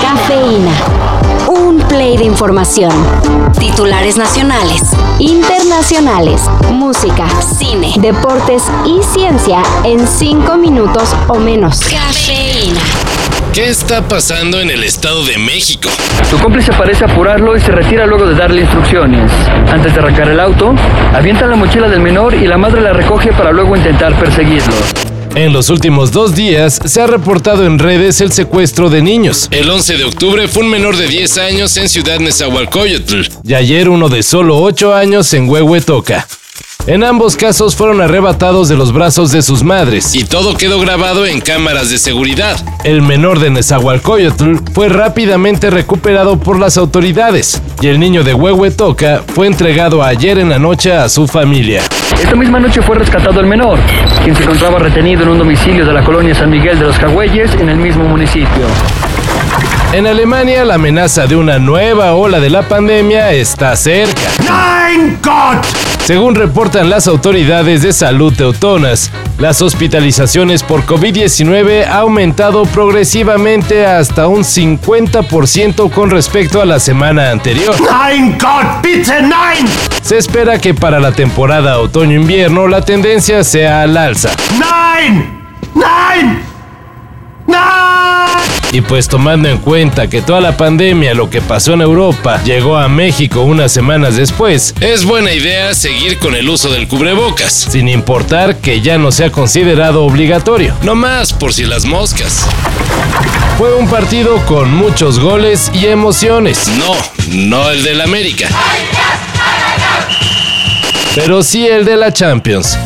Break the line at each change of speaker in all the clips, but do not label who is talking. Cafeína. Un play de información. Titulares nacionales, internacionales, música, cine, deportes y ciencia en cinco minutos o menos. Cafeína.
¿Qué está pasando en el Estado de México?
Su cómplice parece apurarlo y se retira luego de darle instrucciones. Antes de arrancar el auto, avienta la mochila del menor y la madre la recoge para luego intentar perseguirlo.
En los últimos dos días se ha reportado en redes el secuestro de niños. El 11 de octubre fue un menor de 10 años en Ciudad Nezahualcóyotl y ayer uno de solo 8 años en Huehuetoca. En ambos casos fueron arrebatados de los brazos de sus madres y todo quedó grabado en cámaras de seguridad. El menor de Nezahualcóyotl fue rápidamente recuperado por las autoridades y el niño de Huehuetoca fue entregado ayer en la noche a su familia.
Esta misma noche fue rescatado el menor, quien se encontraba retenido en un domicilio de la colonia San Miguel de los Cagüeyes en el mismo municipio.
En Alemania la amenaza de una nueva ola de la pandemia está cerca.
Nein, Gott!
Según reportan las autoridades de salud teutonas, las hospitalizaciones por COVID-19 ha aumentado progresivamente hasta un 50% con respecto a la semana anterior.
Nein, Gott, bitte nein!
Se espera que para la temporada otoño-invierno la tendencia sea al alza.
Nein! Nein! Nein!
Y pues tomando en cuenta que toda la pandemia, lo que pasó en Europa, llegó a México unas semanas después, es buena idea seguir con el uso del cubrebocas, sin importar que ya no sea considerado obligatorio. No más por si las moscas. Fue un partido con muchos goles y emociones. No, no el del América. Pero sí el de la Champions.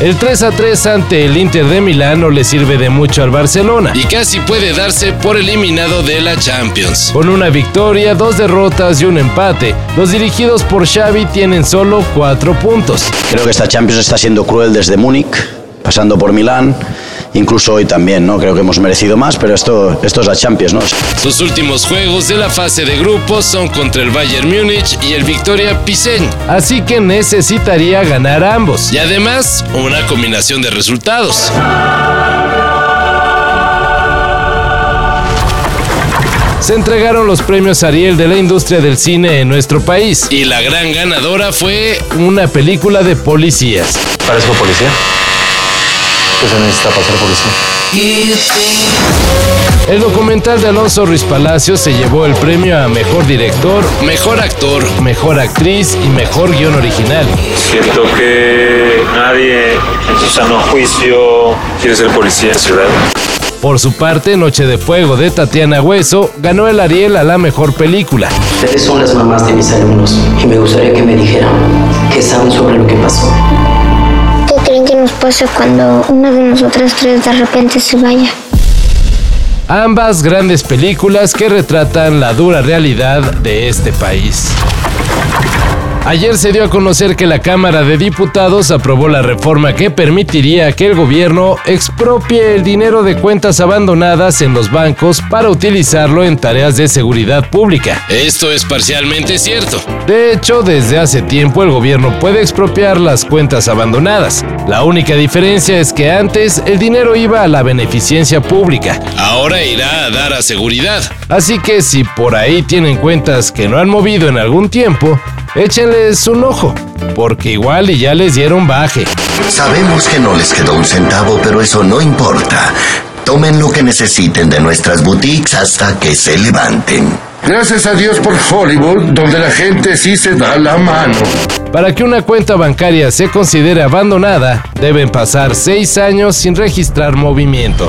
El 3 a 3 ante el Inter de Milán no le sirve de mucho al Barcelona y casi puede darse por eliminado de la Champions. Con una victoria, dos derrotas y un empate, los dirigidos por Xavi tienen solo cuatro puntos.
Creo que esta Champions está siendo cruel desde Múnich, pasando por Milán. Incluso hoy también, ¿no? Creo que hemos merecido más, pero esto, esto es la Champions, ¿no?
Sus últimos juegos de la fase de grupos son contra el Bayern Múnich y el Victoria Pisen, así que necesitaría ganar a ambos. Y además, una combinación de resultados. Se entregaron los premios Ariel de la industria del cine en nuestro país. Y la gran ganadora fue una película de policías.
¿Parezco policía? ¿Qué se necesita para ser policía?
El documental de Alonso Ruiz Palacio se llevó el premio a Mejor Director, Mejor Actor, Mejor Actriz y Mejor Guión Original.
Siento que nadie en su sano juicio quiere ser policía en ciudad.
Por su parte, Noche de Fuego de Tatiana Hueso ganó el Ariel a la Mejor Película.
Ustedes son las mamás de mis alumnos y me gustaría que me dijeran qué saben sobre lo que pasó.
¿Qué creen que nos pasa cuando una de nosotras tres de repente se vaya?
Ambas grandes películas que retratan la dura realidad de este país. Ayer se dio a conocer que la Cámara de Diputados aprobó la reforma que permitiría que el gobierno expropie el dinero de cuentas abandonadas en los bancos para utilizarlo en tareas de seguridad pública. Esto es parcialmente cierto. De hecho, desde hace tiempo el gobierno puede expropiar las cuentas abandonadas. La única diferencia es que antes el dinero iba a la beneficencia pública. Ahora irá a dar a seguridad. Así que si por ahí tienen cuentas que no han movido en algún tiempo, échenles un ojo, porque igual y ya les dieron baje.
Sabemos que no les quedó un centavo, pero eso no importa. Tomen lo que necesiten de nuestras boutiques hasta que se levanten.
Gracias a Dios por Hollywood, donde la gente sí se da la mano.
Para que una cuenta bancaria se considere abandonada, deben pasar seis años sin registrar movimiento.